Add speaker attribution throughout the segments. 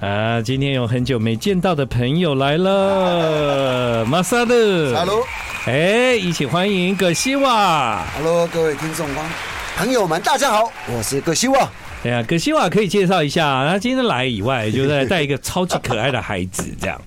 Speaker 1: 啊，今天有很久没见到的朋友来了， 马萨勒
Speaker 2: Hello，Hello，
Speaker 1: 哎，一起欢迎葛西瓦。
Speaker 2: 各位听众观朋友们，大家好，我是葛西旺。
Speaker 1: 哎呀，葛西瓦可以介绍一下，他今天来以外，就在带一个超级可爱的孩子，这 样。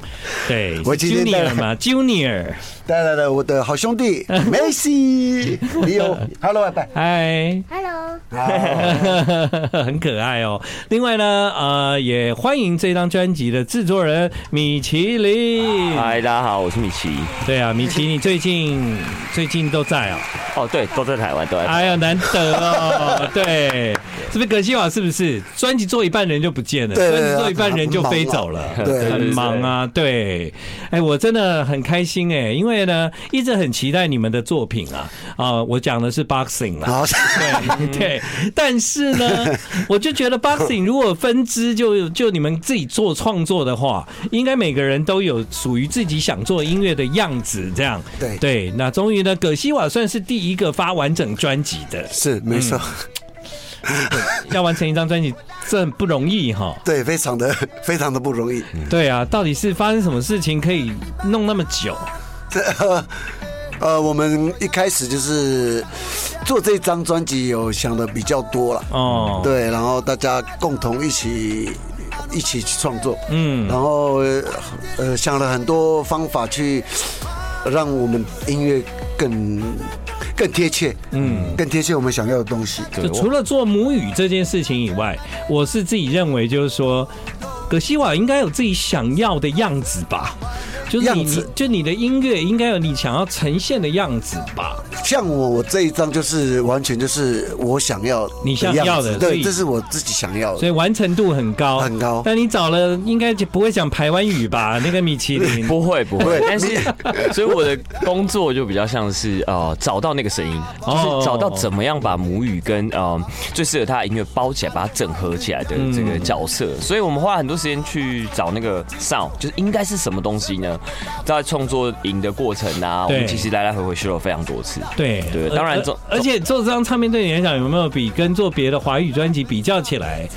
Speaker 1: 对，
Speaker 2: 我今天带
Speaker 1: Junior
Speaker 2: 了
Speaker 1: 嘛，Junior，
Speaker 2: 带来了我的好兄弟梅西，你有 Hello，拜拜。
Speaker 1: 嗨。
Speaker 3: Hello，
Speaker 2: 好
Speaker 1: 很可爱哦。另外呢，呃，也欢迎这张专辑的制作人米其林。
Speaker 4: 嗨，大家好，我是米奇。
Speaker 1: 对啊，米奇，你最近最近都在哦。
Speaker 4: 哦，对，都在台湾，都在台湾。
Speaker 1: 哎呀，难得哦。对，是不是葛西瓦？是不是专辑做一半人就不见了？
Speaker 2: 对
Speaker 1: 专
Speaker 2: 对对
Speaker 1: 辑做一半人就飞走了。
Speaker 2: 对对对
Speaker 1: 很忙啊。对，哎，我真的很开心哎，因为呢，一直很期待你们的作品啊。啊，我讲的是 boxing 啦。
Speaker 2: 好，
Speaker 1: 对 对，但是呢，我就觉得 boxing 如果分支就就你们自己做创作的话，应该每个人都有属于自己想做音乐的样子，这样。
Speaker 2: 对
Speaker 1: 对，那终于呢，葛西瓦算是第一个发完整专辑的，
Speaker 2: 是没错，
Speaker 1: 要完成一张专辑，这很不容易哈。
Speaker 2: 对，非常的非常的不容易。
Speaker 1: 对啊，到底是发生什么事情可以弄那么久？
Speaker 2: 这呃呃，我们一开始就是做这张专辑，有想的比较多了。
Speaker 1: 哦，
Speaker 2: 对，然后大家共同一起一起去创作，嗯，然后呃呃想了很多方法去让我们音乐更更贴切，嗯，更贴切我们想要的东西。
Speaker 1: 就除了做母语这件事情以外，我是自己认为就是说，葛西瓦应该有自己想要的样子吧。就是你，
Speaker 2: 样
Speaker 1: 你
Speaker 2: 子
Speaker 1: 就你的音乐应该有你想要呈现的样子吧。
Speaker 2: 像我，我这一张就是完全就是我想要的
Speaker 1: 你想
Speaker 2: 样
Speaker 1: 要
Speaker 2: 子
Speaker 1: 的所
Speaker 2: 对，
Speaker 1: 以
Speaker 2: 这是我自己想要
Speaker 1: 所以
Speaker 2: 的。
Speaker 1: 完成度很高，
Speaker 2: 很高
Speaker 1: 但你找了应该就不会讲台湾语 吧？那个米其林，
Speaker 4: 不会不
Speaker 2: 对
Speaker 4: 会，但是 所以我的工作就比较像是呃找到那个声音，就是找到怎么样把母语跟呃最适合他的音乐包起来，把它整合起来的这个角色。所以我们花很多时间去找那个 sound，就是应该是什么东西呢？在创作营的过程啊，我
Speaker 1: 对
Speaker 4: 们其实来来回回修了非常多次。
Speaker 1: 对
Speaker 4: 对当然
Speaker 1: 而
Speaker 4: 做
Speaker 1: 而而且做这张唱片对你来讲有没有比跟做别的华语专辑比较起来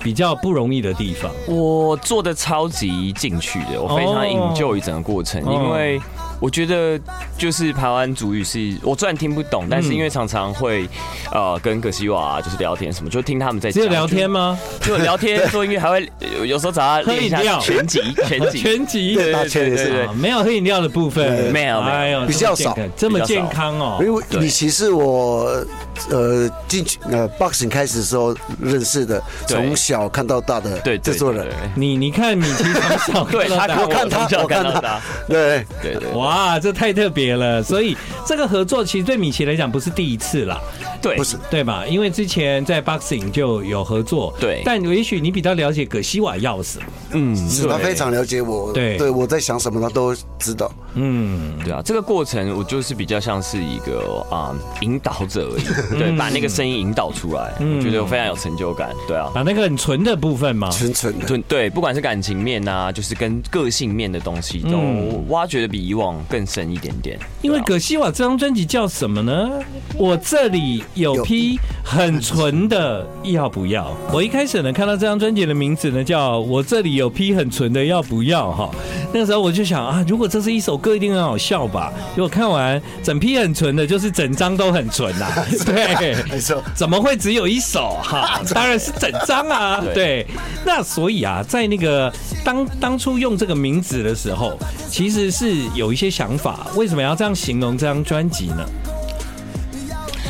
Speaker 1: 比较不容易的地方？
Speaker 4: 我做的超级进去的，我非
Speaker 1: 哦
Speaker 4: 常 enjoy 整个过程，
Speaker 1: 哦
Speaker 4: 因为我觉得就是台湾主语是我虽然听不懂，
Speaker 1: 嗯
Speaker 4: 但是因为常常会呃跟葛西瓦、就是聊天什么，就听他们在
Speaker 1: 只
Speaker 4: 讲
Speaker 1: 有聊天，吗？
Speaker 4: 就就聊天做音乐，还会有有时候找他练一
Speaker 1: 喝饮料
Speaker 4: 下拳击，拳 击。
Speaker 1: 全集
Speaker 2: 对大千也是
Speaker 4: 对
Speaker 1: 啊没有喝饮料的部分，哎
Speaker 4: 没有没有
Speaker 1: 呦
Speaker 2: 比较少
Speaker 1: 这么
Speaker 4: 比较
Speaker 1: 健
Speaker 4: 少
Speaker 1: 康哦。
Speaker 2: 因为米奇是我呃进去呃 boxing 开始的时候认识的，
Speaker 4: 对
Speaker 2: 从小看到大的
Speaker 4: 对对
Speaker 2: 制作人
Speaker 4: 对，对
Speaker 1: 你你看米奇从小
Speaker 4: 对他
Speaker 1: 到大
Speaker 4: 看我
Speaker 2: 看他
Speaker 4: 从小
Speaker 2: 我看
Speaker 4: 看到
Speaker 2: 他
Speaker 4: 大，
Speaker 2: 对。
Speaker 4: 对对
Speaker 1: 哇，这太特别了。所以这个合作其实对米奇来讲不是第一次啦，
Speaker 4: 对，
Speaker 2: 不是
Speaker 1: 对吧？因为之前在 boxing 就有合作，
Speaker 4: 对
Speaker 1: 但也许你比较了解葛西瓦钥匙，
Speaker 4: 嗯，
Speaker 2: 是他
Speaker 4: 对
Speaker 2: 非常了解我，
Speaker 1: 哎对
Speaker 2: 对我在想什么他都知道。
Speaker 1: 嗯，
Speaker 4: 对啊，这个过程我就是比较像是一个啊、引导者而 已，
Speaker 1: 嗯
Speaker 4: 对，把那个声音引导出来，我觉得我非常有成就感，对啊。
Speaker 1: 把那个很纯的部分嘛，
Speaker 2: 纯纯的，
Speaker 4: 对对，不管是感情面啊，就是跟个性面的东西，都挖掘的比以往更深一点点。
Speaker 1: 嗯因为
Speaker 4: 对啊
Speaker 1: 葛西瓦这张专辑叫什么呢？我这里有批很纯的，要不要？我一开始呢看到这张专辑的名字呢叫我这里有批很纯的，要不要？哈，那时候我就想啊，如果这是一首歌，一定很好笑吧？结果看完整批很纯的，就是整张都很纯呐、对，
Speaker 2: 没错。
Speaker 1: 怎么会只有一首哈？当然是整张啊。对，那所以啊，在那个当当初用这个名字的时候，其实是有一些想法，为什么要这样形容这张专辑呢？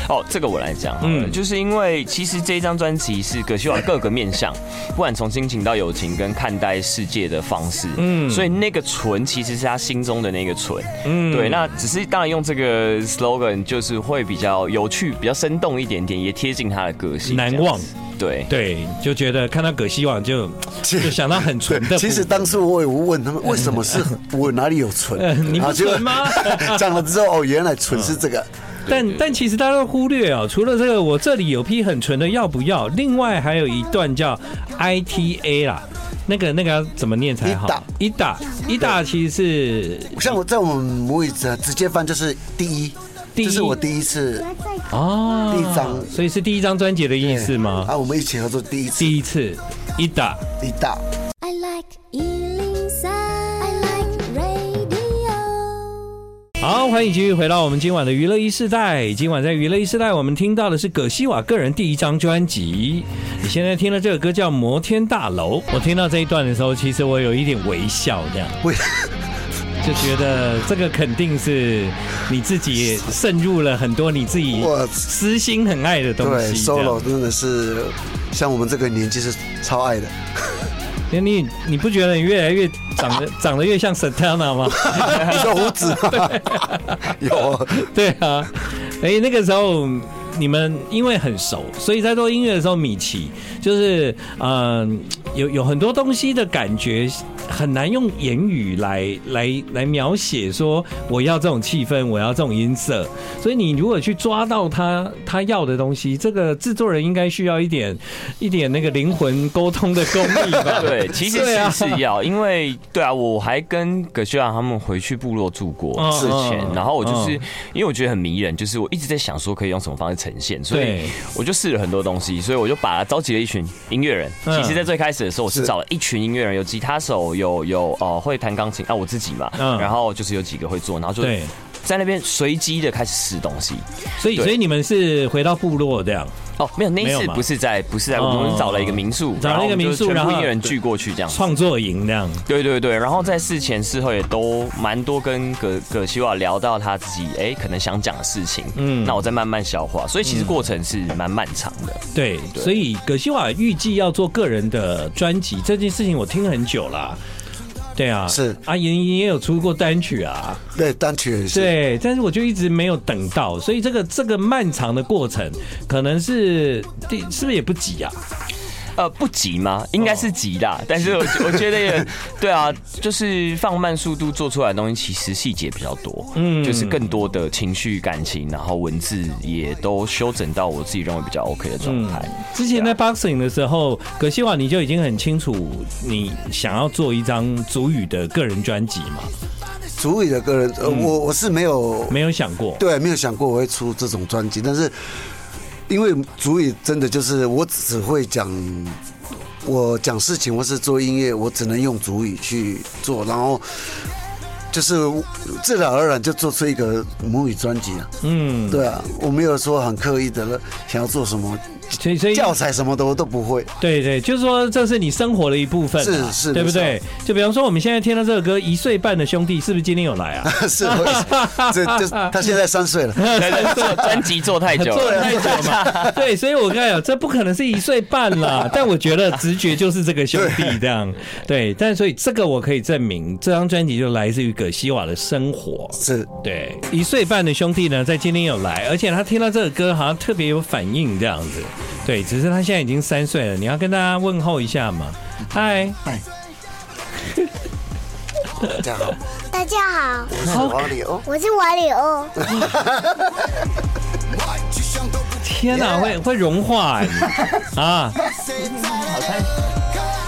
Speaker 4: 哦，这个我来讲好了，
Speaker 1: 嗯
Speaker 4: 就是因为其实这一张专辑是葛西瓦各个面向，不管从亲情到友情跟看待世界的方式，
Speaker 1: 嗯
Speaker 4: 嗯，所以那个纯其实是他心中的那个纯，
Speaker 1: 嗯
Speaker 4: 嗯，对，那只是当然用这个 slogan 就是会比较有趣、比较生动一点点，也贴近他的个性，
Speaker 1: 难
Speaker 4: 这样
Speaker 1: 忘
Speaker 4: 子，对。
Speaker 1: 对，就觉得看到葛西网就
Speaker 2: 其
Speaker 1: 就想到很纯的部分。
Speaker 2: 其实当初我也问他们为什 么是我哪里有唇
Speaker 1: 呃，你不
Speaker 2: 啊结果
Speaker 1: 纯吗 嗯
Speaker 2: 讲了 之后，哦，原来唇是这个，
Speaker 1: 但但其实大家都忽略哦，除了这个，我这里有批很纯的，要不要？另外还有一段叫 ITA 啦，那个那个要怎么念才好？一打一打其实是
Speaker 2: 像我在我们母语直直接翻就是第一，
Speaker 1: 第一啊
Speaker 2: 这是我第一次
Speaker 1: 哦，
Speaker 2: 第一张
Speaker 1: 所以是第一张专辑的意思吗？
Speaker 2: 啊，我们一起合作第一次
Speaker 1: 第一次一打。
Speaker 2: 一大。
Speaker 3: I like like Ealing Sound. I like radio.
Speaker 1: 好，欢迎继续回到我们今晚的娱乐一世代。今晚在娱乐一世代，我们听到的是葛西瓦个人第一张专辑。你现在听的这首歌叫《摩天大楼》。我听到这一段的时候，其实我有一点微笑，这样
Speaker 2: 为
Speaker 1: 就觉得这个肯定是你自己渗入了很多你自己
Speaker 2: 我
Speaker 1: 私心很爱的东
Speaker 2: 对
Speaker 1: 西。这样
Speaker 2: solo 真的是像我们这个年纪是超爱的，
Speaker 1: 你你你不觉得你越来越长得长得越像 Santana 吗？
Speaker 2: 你说胡子 吗？有，
Speaker 1: 对啊，哎、那个时候你们因为很熟，所以在做音乐的时候，米奇就是嗯、有有很多东西的感觉很难用言语来来来描写，说我要这种气氛，我要这种音色。所以你如果去抓到他他要的东西，这个制作人应该需要一点一点那个灵魂沟通的功力 吧？
Speaker 4: 对，其实
Speaker 1: 对啊
Speaker 4: 是是要，因为对啊，我还跟葛秀兰他们回去部落住过
Speaker 1: 嗯
Speaker 4: 之前
Speaker 1: 嗯，
Speaker 4: 然后我就是
Speaker 1: 嗯
Speaker 4: 因为我觉得很迷人，就是我一直在想说可以用什么方式呈现，所
Speaker 1: 对
Speaker 4: 以我就试了很多东西，所以我就把召集了一群音乐人。
Speaker 1: 嗯
Speaker 4: 其实，在最开始的时候，我是
Speaker 2: 是
Speaker 4: 找了一群音乐人，有吉他手，有有呃会弹钢琴啊，我自己嘛，
Speaker 1: 嗯
Speaker 4: 然后就是有几个会做，然后就
Speaker 1: 对，
Speaker 4: 在那边随机的开始试东西。
Speaker 1: 所以
Speaker 4: 对
Speaker 1: 所以你们是回到部落这样。
Speaker 4: 哦，没有，那
Speaker 1: 没
Speaker 4: 一
Speaker 1: 有
Speaker 4: 次
Speaker 1: 嘛
Speaker 4: 不是在不是在，
Speaker 1: 哦
Speaker 4: 我们找了一个民宿，
Speaker 1: 找了一个民宿
Speaker 4: 然
Speaker 1: 然
Speaker 4: 后
Speaker 1: 后
Speaker 4: 我们就全部音乐人聚过去这样子。
Speaker 1: 创作营那样，
Speaker 4: 对对对，然后在事前事后也都蛮多跟葛葛西瓦聊到他自己哎、可能想讲的事情，
Speaker 1: 嗯
Speaker 4: 嗯，那我再慢慢消化，所以其实过程是蛮漫长的。
Speaker 1: 对，
Speaker 4: 对
Speaker 1: 所以葛西瓦预计要做个人的专辑，这件事情我听很久啦。对啊，
Speaker 2: 是
Speaker 1: 啊，也也有出过单曲啊，
Speaker 2: 对，单曲也是，
Speaker 1: 对，但是我就一直没有等到，所以这个这个漫长的过程，可能是第是不是也不急啊？
Speaker 4: 呃，不急吗？应该是急啦，但是我觉我觉得也对啊， 就是放慢速度做出来的东西，其实细节比较多，
Speaker 1: 嗯
Speaker 4: 嗯，就是更多的情绪感情，然后文字也都修整到我自己认为比较 OK 的状态。
Speaker 1: 之前在
Speaker 2: 啊
Speaker 1: boxing 的时候，葛西瓦你就已经很清楚你想要做一张主语的个人专辑嘛，
Speaker 2: 主语的个人，呃我我是没有
Speaker 1: 嗯没有想过。
Speaker 2: 对，啊没有想过我会出这种专辑，但是因为主语真的就是我只会讲，我讲事情或是做音乐，我只能用主语去做，然后就是自然而然就做出一个母语专辑啊。
Speaker 1: 嗯，
Speaker 2: 对啊，我没有说很刻意的想要做什么
Speaker 1: 所以所以
Speaker 2: 教材什么的，我都不会。
Speaker 1: 对对，就是说这是你生活的一部分啊、
Speaker 2: 是是
Speaker 1: 对不
Speaker 2: 没错
Speaker 1: 对？就比方说我们现在听到这首歌《一岁半的兄弟》，是不是今天有来 啊？
Speaker 2: 是，我这这他现在三岁了，
Speaker 4: 对对，做专辑嗯做太
Speaker 2: 啊
Speaker 4: 久
Speaker 1: 做了
Speaker 4: 了，
Speaker 1: 太久 嘛，对，所以我跟你讲，这不可能是一岁半啦。但我觉得直觉就是这个兄 弟这样，对。但所以这个我可以证明，这张专辑就来自于葛西瓦的生活。
Speaker 2: 是
Speaker 1: 对，一岁半的兄弟呢，在今天有来，而且他听到这个歌好像特别有反应这样子。对，只是他现在已经三岁了，你要跟大家问候一下嘛。嗨，
Speaker 2: 这样好。
Speaker 3: 大家好，
Speaker 2: 我是王里哦，
Speaker 3: 我是瓦里欧。
Speaker 1: 天哪、会会融化、 欸、啊！
Speaker 4: 好看。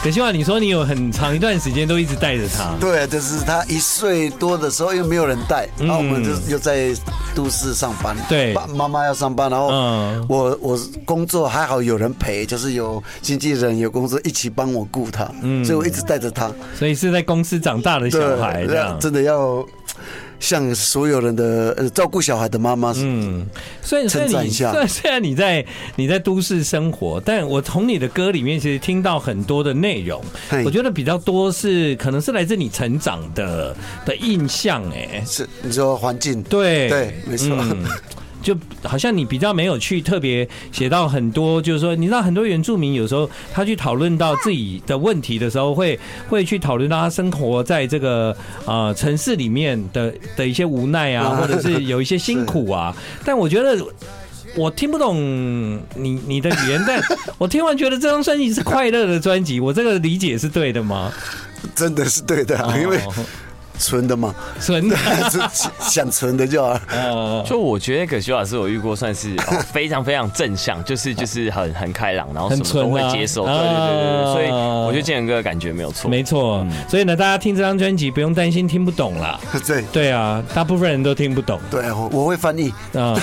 Speaker 1: 可希望你说你有很长一段时间都一直带着他，
Speaker 2: 对，就是他一岁多的时候又没有人带，然后我们就又在都市上班，
Speaker 1: 嗯对
Speaker 2: 爸妈妈要上班，然后
Speaker 1: 嗯
Speaker 2: 我我工作还好有人陪，就是有经纪人有工作一起帮我顾他，所以我一直带着他。
Speaker 1: 所以是在公司长大的嗯小孩这样。
Speaker 2: 真的要向所有人的呃照顾小孩的妈妈，
Speaker 1: 嗯，虽然虽
Speaker 2: 称
Speaker 1: 然
Speaker 2: 赞
Speaker 1: 你
Speaker 2: 一下
Speaker 1: 虽然虽然你在你在都市生活，但我从你的歌里面其实听到很多的内容
Speaker 2: 嘿，
Speaker 1: 我觉得比较多是可能是来自你成长的的印象哎、
Speaker 2: 是你说环境，
Speaker 1: 对
Speaker 2: 对，没错，
Speaker 1: 嗯就好像你比较没有去特别写到很多，就是说，你知道很多原住民有时候他去讨论到自己的问题的时候，会会去讨论到他生活在这个呃城市里面的的一些无奈啊，或者是有一些辛苦啊。但我觉得我听不懂你你的语言，但我听完觉得这张专辑是快乐的专辑，我这个理解是对的吗？哦
Speaker 2: 真的是对的啊，因为。存的嘛，
Speaker 1: 存的
Speaker 2: 想存的就好了。
Speaker 1: 呃，
Speaker 4: 就我觉得葛修老师，我遇过算是、 哦非常非常正向，就是就是很很开朗，然后什
Speaker 1: 很
Speaker 4: 么都会
Speaker 1: 纯啊
Speaker 4: 接受，对对对对
Speaker 1: 啊
Speaker 4: 对，所以我觉得建仁哥的感觉没有错，
Speaker 1: 没错。所以呢，大家听这张专辑不用担心听不懂啦。
Speaker 2: 对
Speaker 1: 对啊，大部分人都听不懂
Speaker 2: 对，我我会翻译，
Speaker 1: 啊、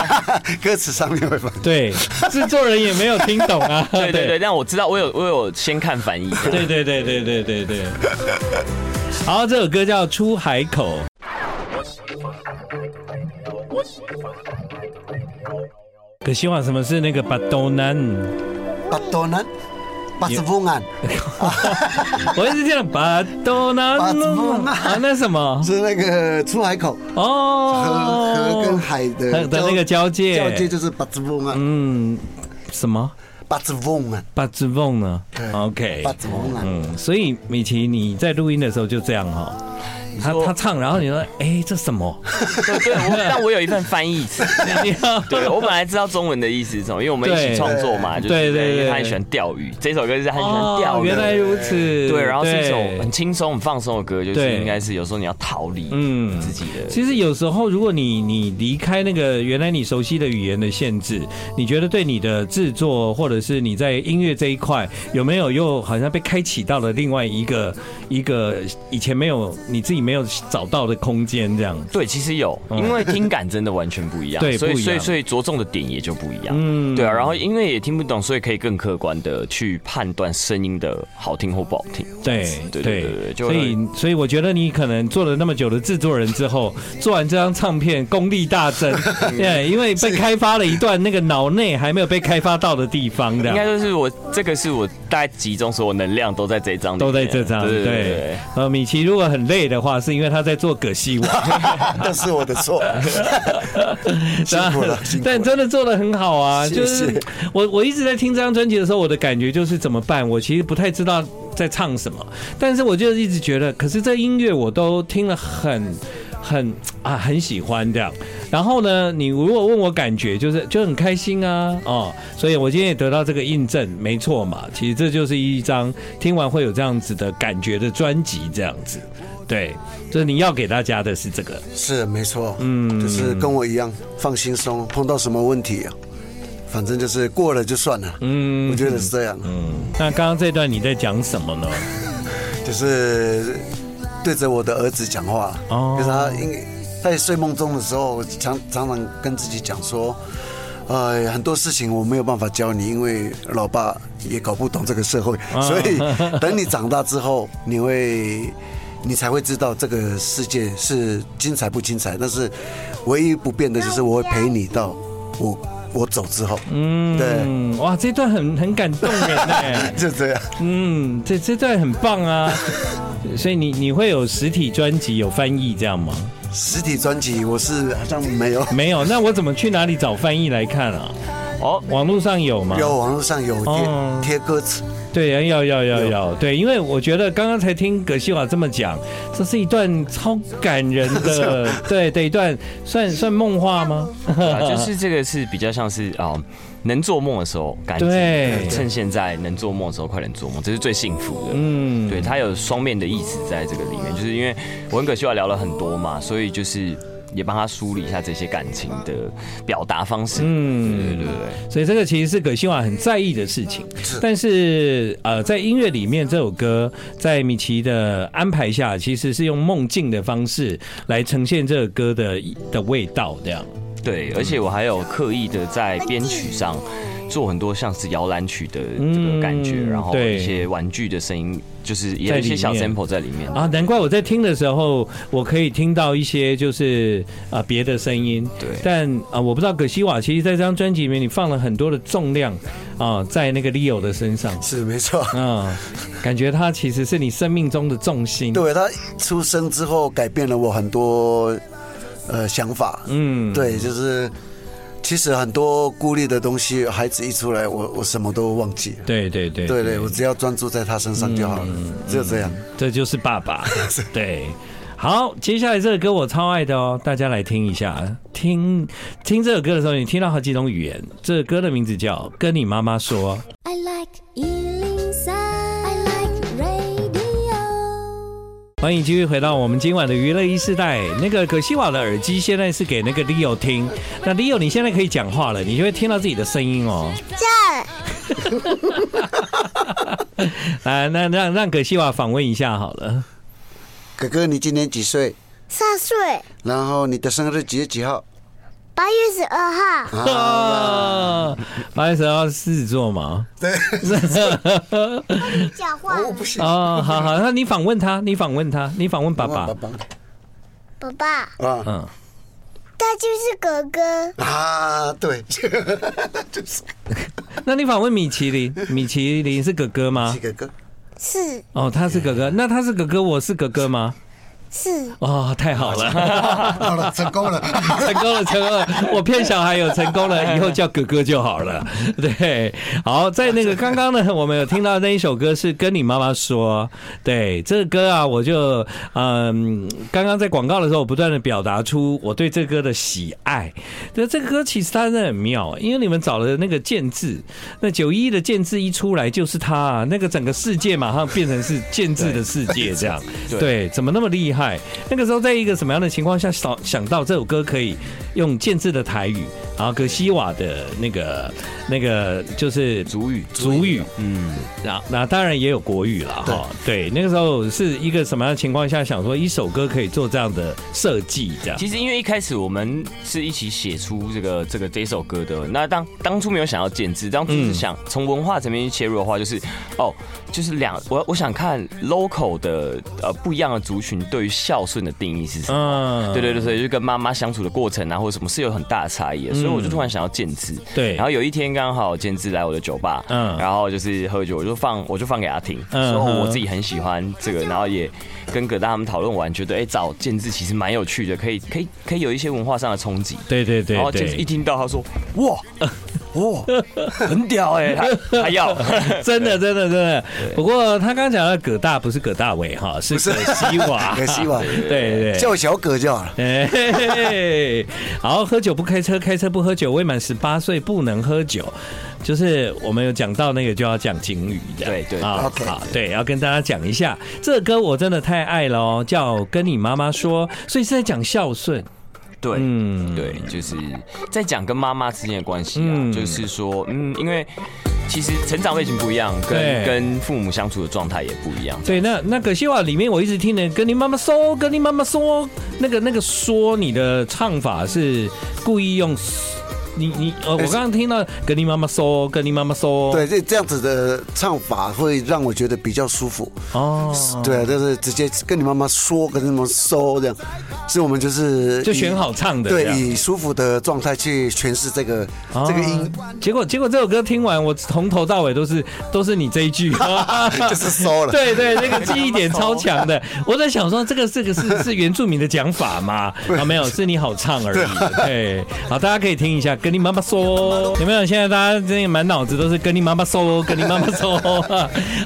Speaker 2: 歌词上面会翻译。
Speaker 1: 对，制作人也没有听懂啊。
Speaker 4: 对对对，但我知道我有我有先看翻译，
Speaker 1: 对对对对对对对。好，这首歌叫《出海口》。可希望什么是那个巴豆南？
Speaker 2: 巴多南，巴斯翁安
Speaker 1: 我一直听到巴豆南，
Speaker 2: 巴豆南
Speaker 1: 啊，那什么？
Speaker 2: 是那个出海口河
Speaker 1: 哦，
Speaker 2: 河跟海的
Speaker 1: 和的那个交界，
Speaker 2: 交界就是巴斯翁安，
Speaker 1: 嗯，什么
Speaker 2: 巴斯翁安，
Speaker 1: 八字凤呢？OK，
Speaker 2: 巴斯翁安。
Speaker 1: 嗯，所以米奇你在录音的时候就这样哈、他
Speaker 4: 说
Speaker 1: 他唱，然后你说，哎，这什么？
Speaker 4: 对对，我但我有一份翻译词， 对我本来知道中文的意思是什么，因为我们一起创作嘛，就是
Speaker 1: 对对对哦
Speaker 4: 因为他很喜欢钓鱼，这首歌就是他很喜欢钓鱼
Speaker 1: 原，来如此。
Speaker 4: 对，然后是一首
Speaker 1: 对
Speaker 4: 很轻松、很放松的歌，就是
Speaker 1: 对
Speaker 4: 应该是有时候你要逃离
Speaker 1: 嗯
Speaker 4: 自己的。
Speaker 1: 其实有时候，如果你你离开那个原来你熟悉的语言的限制，你觉得对你的制作或者是你在音乐这一块有没有又好像被开启到了另外一个一个以前没有你自己没有找到的空间这样？
Speaker 4: 对，其实有，因为听感真的完全不一
Speaker 1: 嗯
Speaker 4: 样，
Speaker 1: 对
Speaker 4: 所以
Speaker 1: 不一样
Speaker 4: 所以所以着重的点也就不一样，
Speaker 1: 嗯
Speaker 4: 嗯，对啊，然后因为也听不懂，所以可以更客观的去判断声音的好听或不好听，
Speaker 1: 对
Speaker 4: 对对对对，就
Speaker 1: 所以所以我觉得你可能做了那么久的制作人之后，做完这张唱片功力大 增，对，因为被开发了一段那个脑内还没有被开发到的地方的
Speaker 4: 应。该就是我这个是我大概集中所有能量都在这一张里
Speaker 1: 都
Speaker 4: 面，
Speaker 1: 在这张，
Speaker 4: 对对对
Speaker 1: 对。呃，米奇如果很累的话，是因为他在做葛西王，
Speaker 2: 都是我的 错， 辛苦了，辛苦
Speaker 1: 但
Speaker 2: 了。
Speaker 1: 真的做的很好啊。
Speaker 2: 谢谢
Speaker 1: 就是我我一直在听这张专辑的时候，我的感觉就是怎么办？我其实不太知道在唱什么，但是我就一直觉得，可是这音乐我都听了很。很啊，很喜欢这样。然后呢，你如果问我感觉，就是就很开心啊，哦，所以我今天也得到这个印证，没错嘛。其实这就是一张听完会有这样子的感觉的专辑，这样子。对，就是你要给大家的是这个。
Speaker 2: 是没错，嗯，就是跟我一样放轻松，碰到什么问题啊，反正就是过了就算了，嗯，我觉得是这样，
Speaker 1: 那刚刚这段你在讲什么呢？
Speaker 2: 就是对着我的儿子讲话，
Speaker 1: 哦
Speaker 2: 就是他因为在睡梦中的时候，我常常常跟自己讲说。呃，很多事情我没有办法教你，因为老爸也搞不懂这个社会， 所以等你长大之后，你会，你才会知道这个世界是精彩不精彩。但是唯一不变的就是我会陪你到我我走之后，嗯，对，。
Speaker 1: 嗯，哇，这段很很感动人呢
Speaker 2: 就这样。
Speaker 1: 嗯，这这段很棒啊。所以你你会有实体专辑有翻译这样吗？
Speaker 2: 实体专辑我是好像没有。
Speaker 1: 没有，那我怎么去哪里找翻译来看啊？
Speaker 4: 哦，
Speaker 1: 网络上有吗？
Speaker 2: 有网络上有
Speaker 1: 啊哦
Speaker 2: 贴贴歌词，
Speaker 1: 对，要要要
Speaker 2: 有
Speaker 1: 要，对，因为我觉得刚刚才听葛西瓦这么讲，这是一段超感人的， 对的一段算算梦话吗？
Speaker 4: 对啊就是这个是比较像是啊、哦能做梦的时候赶紧
Speaker 1: 对
Speaker 4: 趁现在能做梦的时候快点做梦，这是最幸福的。
Speaker 1: 嗯，
Speaker 4: 对，它有双面的意思在这个里面，就是因为我跟葛秀华聊了很多嘛，所以就是也帮他梳理一下这些感情的表达方式。
Speaker 1: 嗯
Speaker 4: 对对对对，
Speaker 1: 所以这个其实是葛西瓦很在意的事情，但是呃，在音乐里面这首歌在米奇的安排下，其实是用梦境的方式来呈现这个歌的的味道，这样。
Speaker 4: 对，而且我还有刻意的在编曲上做很多像是摇篮曲的这个感觉，
Speaker 1: 嗯
Speaker 4: 然后
Speaker 1: 对
Speaker 4: 一些玩具的声音，就是也有一些
Speaker 1: 在
Speaker 4: 小
Speaker 1: 里面
Speaker 4: sample 在里面。
Speaker 1: 啊，难怪我在听的时候，我可以听到一些就是啊别、的声音。
Speaker 4: 对
Speaker 1: 但啊、我不知道葛西瓦其实在这张专辑里面，你放了很多的重量啊、在那个 Leo 的身上，
Speaker 2: 是没错。
Speaker 1: 嗯，感觉他其实是你生命中的重心。
Speaker 2: 对他出生之后改变了我很多呃想法，
Speaker 1: 嗯，
Speaker 2: 对，就是其实很多孤立的东西，孩子一出来，我我什么都忘记了。
Speaker 1: 对对对嗯
Speaker 2: 对对，我只要专注在他身上就好了，就这样。
Speaker 1: 这就是爸爸。对，好，接下来这首歌我超爱的哦，大家来听一下。听听这首歌的时候，你听到好几种语言。这首歌的名字叫《跟你妈妈说》。
Speaker 3: I like 103. I like radio.
Speaker 1: 欢迎继续回到我们今晚的娱乐一世代。那个葛西瓦的耳机现在是给那个 Leo 听，那 Leo 你现在可以讲话了，你就会听到自己的声音哦。
Speaker 3: 这
Speaker 1: 来，那让让葛西瓦访问一下好了。
Speaker 2: 哥哥，你今年几岁？
Speaker 3: 三岁，
Speaker 2: 然后你的生日几月几号？
Speaker 3: 八月十二号，
Speaker 1: 啊，八月十二号狮子座嘛。
Speaker 5: 对，
Speaker 3: 会讲话了。
Speaker 5: 行
Speaker 1: 哦，好好，那你访问他，你访问他，你访问爸爸
Speaker 2: 爸。爸
Speaker 3: 爸爸，
Speaker 2: 啊
Speaker 1: 嗯，
Speaker 3: 他就是哥哥，
Speaker 5: 啊， 对，就是
Speaker 1: 那你访问米其林，米其林是哥哥吗
Speaker 2: 是？哥哥，
Speaker 3: 是
Speaker 1: 哦，他是哥哥，那他是哥哥，我是哥哥吗？
Speaker 3: 是，
Speaker 1: 哦，太好 了，
Speaker 5: 好了，成功了。
Speaker 1: 成功了，成功了！我骗小孩有成功了，以后叫哥哥就好 了。对，好，在那个刚刚呢，我们有听到那一首歌是跟你妈妈说，对这个歌啊，我就嗯，刚刚在广告的时候，我不断的表达出我对这歌的喜爱。对，这个歌其实它真的很妙，因为你们找了那个建制，那九一的建制一出来就是他、啊，那个整个世界马上变成是建制的世界这样。
Speaker 4: 对
Speaker 1: 对，怎么那么厉害？那个时候在一个什么样的情况下想想到这首歌可以用建制的台语，然后格西瓦的那个那个就是
Speaker 4: 主语，
Speaker 1: 族语，
Speaker 4: 嗯，
Speaker 1: 那那当然也有国语了哈。对，那个时候是一个什么样的情况下想说一首歌可以做这样的设计这样？
Speaker 4: 其实因为一开始我们是一起写出这个这个这首歌的，那当当初没有想要剪辑，当初是想从文化层面去切入的话，就是哦，就是两我我想看 local 的呃不一样的族群对于孝顺的定义是什么。
Speaker 1: 嗯，
Speaker 4: 对对对，所以就跟妈妈相处的过程啊，或者什么是有很大的差异的，所以我就突然想要建制。
Speaker 1: 嗯对
Speaker 4: 然后有一天刚好建制来我的酒吧，
Speaker 1: 嗯
Speaker 4: 嗯，然后就是喝酒，我就放我就放给他听，
Speaker 1: 嗯
Speaker 4: 说哦
Speaker 1: 嗯
Speaker 4: 我自己很喜欢这个，然后也跟葛大他们讨论完，觉得哎找建制其实蛮有趣的，可以可以可以有一些文化上的冲击。
Speaker 1: 对对
Speaker 4: 然
Speaker 1: 对
Speaker 4: 哦后建制
Speaker 1: 对
Speaker 4: 一，听到他说哇 哇很屌哎、他他要
Speaker 1: 真的真的真的。不过他刚讲的葛大不是葛大伟哈，是葛西 瓦，
Speaker 2: 可惜吧，
Speaker 1: 对 对对。
Speaker 2: 叫小葛 就好了。
Speaker 1: 哎，嘿嘿嘿好，喝酒不开车，开车不喝酒，未满十八岁不能喝酒。就是我们有讲到那个就要讲警语的，
Speaker 4: 对对
Speaker 1: 啊
Speaker 2: OK
Speaker 1: 好，对，要跟大家讲一下，这个歌我真的太爱了哦，叫《跟你妈妈说》，所以是在讲孝顺，
Speaker 4: 对，
Speaker 1: 嗯
Speaker 4: 嗯，对，就是在讲跟妈妈之间的关系啊，
Speaker 1: 嗯
Speaker 4: 就是说，嗯，因为其实成长类型不一样，
Speaker 1: 对
Speaker 4: 跟跟父母相处的状态也不一样。
Speaker 1: 对，那那葛西瓦里面我一直听的，跟你妈妈说，跟你妈妈说，那个那个说你的唱法是故意用。你你呃，
Speaker 2: 哎
Speaker 1: 我刚刚听到跟你妈妈说，跟你妈妈说，
Speaker 2: 对，这这样子的唱法会让我觉得比较舒服。
Speaker 1: 哦，
Speaker 2: 对啊，就是直接跟你妈妈说，跟你妈妈说这样，所以我们就是
Speaker 1: 就
Speaker 2: 以
Speaker 1: 选好唱的这
Speaker 2: 对，
Speaker 1: 样
Speaker 2: 以舒服的状态去诠释这个这个音，
Speaker 1: 啊结果结果这首歌听完，我从头到尾都是都是你这一句，
Speaker 2: 就是收了。
Speaker 1: 对对，那个记忆点超强 的。我在想说，这个这个是是原住民的讲法吗？啊，没有，是你好唱而已。对，好，大家可以听一下，跟你妈妈说，有没有？现在大家真的满脑子都是跟你妈妈 说，跟你妈妈说。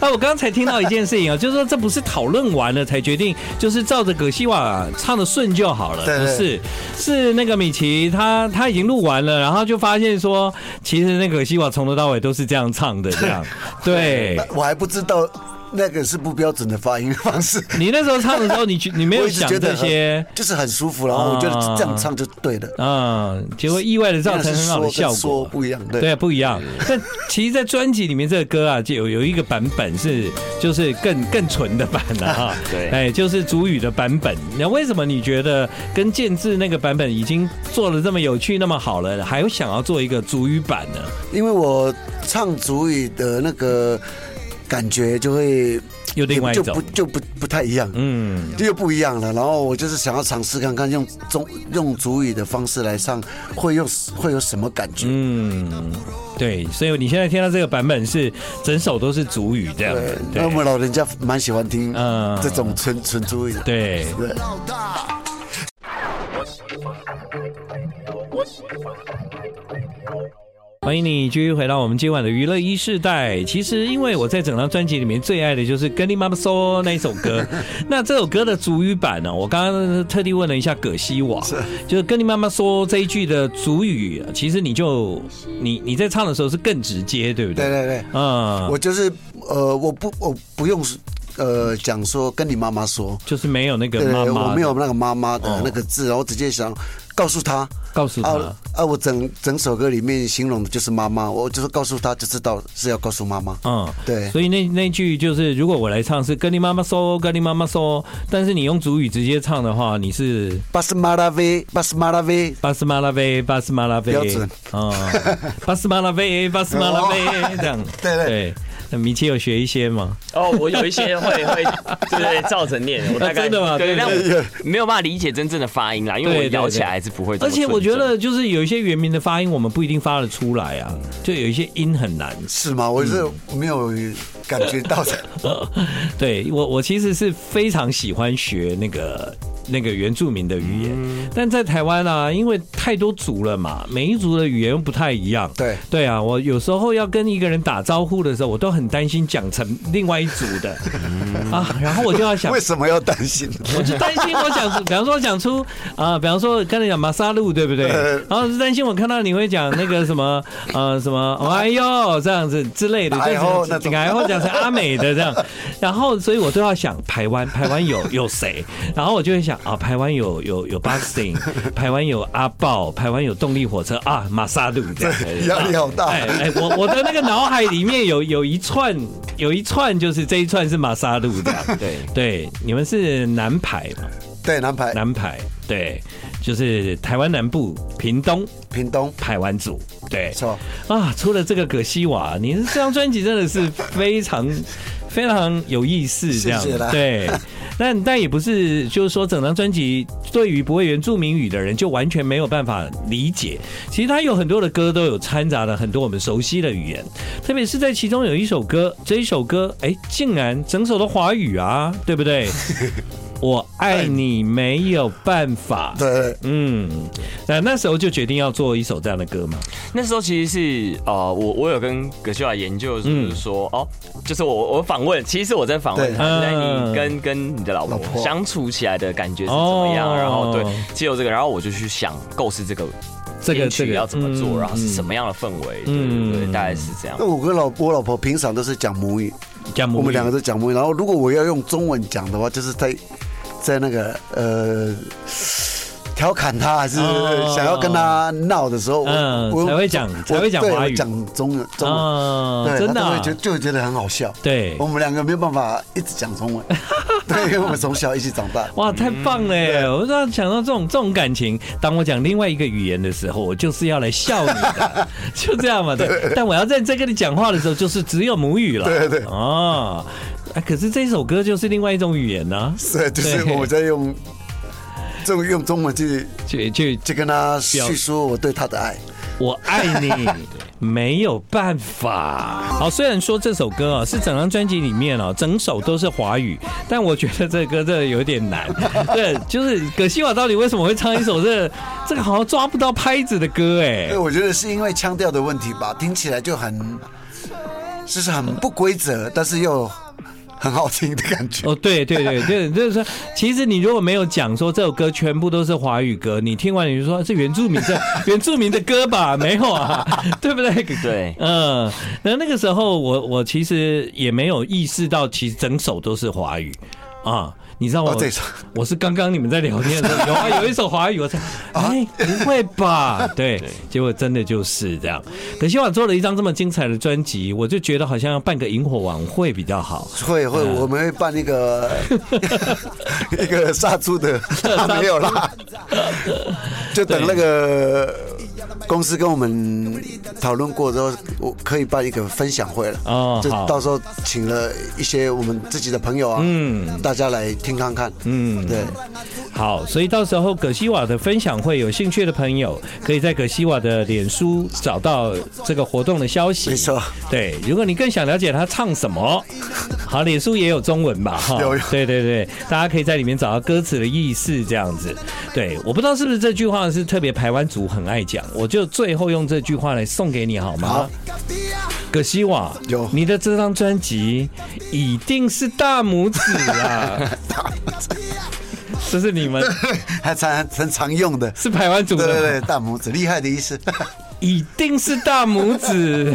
Speaker 1: 啊，我刚才听到一件事情啊，就是说这不是讨论完了才决定，就是照着葛西瓦唱的顺就好了，
Speaker 2: 对
Speaker 1: 不
Speaker 2: 对
Speaker 1: 是？是那个米奇他他已经录完了，然后就发现说，其实那个葛西瓦从头到尾都是这样唱的，这 样对。
Speaker 2: 我还不知道那个是不标准的发音方式，
Speaker 1: 你那时候唱的时候，你去 你没
Speaker 2: 我
Speaker 1: 有
Speaker 2: 一直
Speaker 1: 想
Speaker 2: 觉
Speaker 1: 这
Speaker 2: 得
Speaker 1: 些
Speaker 2: 很，就是很舒服，然后我觉得这样唱就对了。
Speaker 1: 嗯，结果意外的造成很好的效
Speaker 2: 是说
Speaker 1: 果
Speaker 2: 跟说。不一样，对
Speaker 1: 对，不一样。但其实，在专辑里面，这个歌啊，就有有一个版本是就是更更纯的版 了哈。
Speaker 4: 对
Speaker 1: 哎，就是主语的版本。那为什么你觉得跟建制那个版本已经做的这么有趣、那么好了，还有想要做一个主语版呢？
Speaker 2: 因为我唱主语的那个感觉就会
Speaker 1: 又另外一
Speaker 2: 就
Speaker 1: 种
Speaker 2: 不，就不不太一样，
Speaker 1: 嗯，
Speaker 2: 就又不一样了。然后我就是想要尝试看看用中用主语的方式来唱，会用会有什么感觉？
Speaker 1: 嗯，对。所以你现在听到这个版本是整首都是主语这样
Speaker 2: 对
Speaker 1: 子，，
Speaker 2: 那我
Speaker 1: 对
Speaker 2: 们老人家蛮喜欢听
Speaker 1: 嗯
Speaker 2: 这种纯纯主语的。
Speaker 1: 对。
Speaker 2: 对，
Speaker 1: 欢迎你继续回到我们今晚的娱乐一世代。其实，因为我在整张专辑里面最爱的就是《跟你妈妈说》那一首 歌。那这首歌的主语版呢、我刚刚特地问了一下葛西瓦，就是《跟你妈妈说》这一句的主语，其实你就你你在唱的时候是更直接，对不对？
Speaker 2: 对对对
Speaker 1: 嗯，
Speaker 2: 我就是呃，我不我不用呃讲说跟你妈妈说，
Speaker 1: 就是没有那个
Speaker 2: 对，
Speaker 1: 妈妈，
Speaker 2: 我没有那个妈妈
Speaker 1: 哦
Speaker 2: 的那个字，然后直接想告诉她，
Speaker 1: 告诉她
Speaker 2: 啊啊！我整整首歌里面形容的就是妈妈，我就是告诉她就知道是要告诉妈妈。
Speaker 1: 嗯，
Speaker 2: 对
Speaker 1: 所以那那句就是，如果我来唱是跟你妈妈说，跟你妈妈说，但是你用主语直接唱的话，你是
Speaker 2: 巴斯马拉维，巴斯马拉维，
Speaker 1: 巴斯马拉菲，巴斯马拉菲，
Speaker 2: 标准
Speaker 1: 啊，巴斯马拉菲，巴斯马拉菲，这样，
Speaker 5: 对对
Speaker 1: 对。那米奇有学一些吗？
Speaker 6: 哦，我有一些会会，对对，照着念，我大概
Speaker 1: 啊真的吗
Speaker 6: 对，
Speaker 1: 对
Speaker 6: 但
Speaker 1: 对
Speaker 6: 我
Speaker 4: 没有办法理解真正的发音啦，因为我
Speaker 1: 对对
Speaker 4: 咬起
Speaker 1: 对
Speaker 4: 来还是不会这
Speaker 1: 而
Speaker 4: 么
Speaker 1: 且
Speaker 4: 顺正。
Speaker 1: 我觉得，就是有一些原名的发音，我们不一定发得出来啊，就有一些音很难。
Speaker 2: 是吗？
Speaker 5: 嘛，我是没有感觉到的。
Speaker 1: 对我，我其实是非常喜欢学那个那个原住民的语言，
Speaker 2: 嗯
Speaker 1: 但在台湾啊，因为太多族了嘛，每一族的语言又不太一样。
Speaker 2: 对
Speaker 1: 对啊，我有时候要跟一个人打招呼的时候，我都很担心讲成另外一族的 啊，然后我就要想
Speaker 2: 嗯为。什么要担心？
Speaker 1: 我就担心我讲 出，比方说我讲出啊、比方说刚才讲马萨路，对不对？
Speaker 2: 呃
Speaker 1: 然后就担心我看到你会讲那个什么呃什么，哦哎呦这样子之类的，
Speaker 2: 哎呦那
Speaker 1: 这
Speaker 2: 种
Speaker 1: 个然后讲成阿美的这样，然后所以我都要想台湾，台湾有有谁？然后我就会想啊，台湾有有有 boxing，台湾有阿豹，台湾有动力火车啊，马萨路这样。
Speaker 5: 压力好大
Speaker 1: 哎哎，我我的那个脑海里面有有一串，有一串就是这一串是马萨路的，
Speaker 4: 对
Speaker 1: 对，你们是南排嘛？
Speaker 5: 对，南牌
Speaker 1: 南排，对，就是台湾南部屏东
Speaker 2: 屏东
Speaker 1: 排湾族，对，
Speaker 2: 错，
Speaker 1: 啊，除了这个葛西 瓦，你这张专辑真的是非常非常有意思，这样
Speaker 2: 谢谢啦
Speaker 1: 对。但但也不是，就是说整张专辑对于不会原住民语的人就完全没有办法理解。其实它有很多的歌都有掺杂了很多我们熟悉的语言，特别是在其中有一首歌，这一首歌哎，竟然整首都华语啊，对不 对？我爱你没有办法，
Speaker 2: 对，
Speaker 1: 嗯，那那时候就决定要做一首这样的歌嘛，
Speaker 4: 那时候其实是呃，我我有跟葛秀雅研究，就是说、哦，就是我我访问，其实是我在访问
Speaker 5: 对
Speaker 4: 他，那
Speaker 1: 嗯
Speaker 4: 你跟跟你的老婆
Speaker 5: 婆
Speaker 4: 相处起来的感觉是怎么样？
Speaker 1: 哦
Speaker 4: 然后对，借由这个，然后我就去想构思这个
Speaker 1: 这个
Speaker 4: 编
Speaker 1: 这
Speaker 4: 曲
Speaker 1: 个
Speaker 4: 要怎么做，
Speaker 1: 嗯
Speaker 4: 然后是什么样的氛围，
Speaker 1: 嗯
Speaker 4: 对对对，大概是这样
Speaker 2: 那。我跟老我老婆平常都是讲母语，
Speaker 1: 讲母语
Speaker 2: 我们两个都讲母语。然后如果我要用中文讲的话，就是在在那个呃调侃他，还是
Speaker 1: 哦
Speaker 2: 想要跟他闹的时候，
Speaker 1: 嗯才会讲才会讲
Speaker 2: 对
Speaker 1: 华语
Speaker 2: 我讲中文中文，
Speaker 1: 啊
Speaker 2: 对，
Speaker 1: 真的
Speaker 2: 他
Speaker 1: 啊、
Speaker 2: 就会觉就会觉得很好笑。
Speaker 1: 对
Speaker 2: 我，们两个没有办法一直讲 中文，对，因为我们从小一起长大。
Speaker 1: 哇，太
Speaker 4: 嗯
Speaker 1: 棒了耶！我这样想到这种这种感情，当我讲另外一个语言的时候，我就是要来笑你 的，就这样嘛。对，但我要认真跟你讲话的时候，就是只有母语了。对对啊。啊可是这首歌就是另外一种语言呢、啊
Speaker 2: 对，就是
Speaker 1: 对
Speaker 2: 我在用这种用中文去
Speaker 1: 就就
Speaker 2: 去跟他
Speaker 1: 表
Speaker 2: 叙述我对他的爱。
Speaker 1: 我爱你，没有办法。好，虽然说这首歌啊是整张专辑里面哦，整首都是华语，但我觉得这歌真的有点难。 对，就是葛西瓦到底为什么会唱一首这这个好像抓不到拍子的歌哎
Speaker 2: 对，？我觉得是因为腔调的问题吧，听起来就很，就是很不规则，但是又很好听的感觉。
Speaker 1: 哦，对对对对，就是说，其实你如果没有讲说这首歌全部都是华语歌，你听完你就说是原住民这原住民的歌吧？没有啊， 对不对？
Speaker 4: 对
Speaker 1: 嗯，那那个时候我我其实也没有意识到，其实整首都是华语啊。你知道我、
Speaker 2: 哦这首
Speaker 1: 我是刚刚你们在聊天的时候，有啊，有一首华语，我 才
Speaker 2: 啊
Speaker 1: 哎、不会吧？对，结果真的就是这样。可惜我做了一张这么精彩的专辑，我就觉得好像要办个萤火晚会比较好。
Speaker 2: 会会，
Speaker 1: 嗯
Speaker 2: 我们会办 一个一个杀猪的，没有啦，就等那个公司跟我们讨论过之后，我可以办一个分享会了。
Speaker 1: 哦
Speaker 2: 就
Speaker 1: 好
Speaker 2: 到时候请了一些我们自己的朋友啊，嗯，大家来听看看，嗯，对，
Speaker 1: 好，所以到时候葛西瓦的分享会，有兴趣的朋友可以在葛西瓦的脸书找到这个活动的消息。
Speaker 2: 没错，
Speaker 1: 对，如果你更想了解他唱什 么，好，脸书也有中文吧？哈
Speaker 2: 有有
Speaker 1: 对对对，大家可以在里面找到歌词的意思，这样子。对，我不知道是不是这句话是特别台湾族很爱讲，我就最后用这句话来送给你好吗？
Speaker 2: 好
Speaker 1: 葛西瓦，
Speaker 2: 有
Speaker 1: 你的这张专辑一定是大拇指 啊！这是你们
Speaker 2: 还常很常用的，
Speaker 1: 是台湾族
Speaker 2: 对
Speaker 1: 的吗，
Speaker 2: 对对，大拇指厉害的意思。
Speaker 1: 一定是大拇指。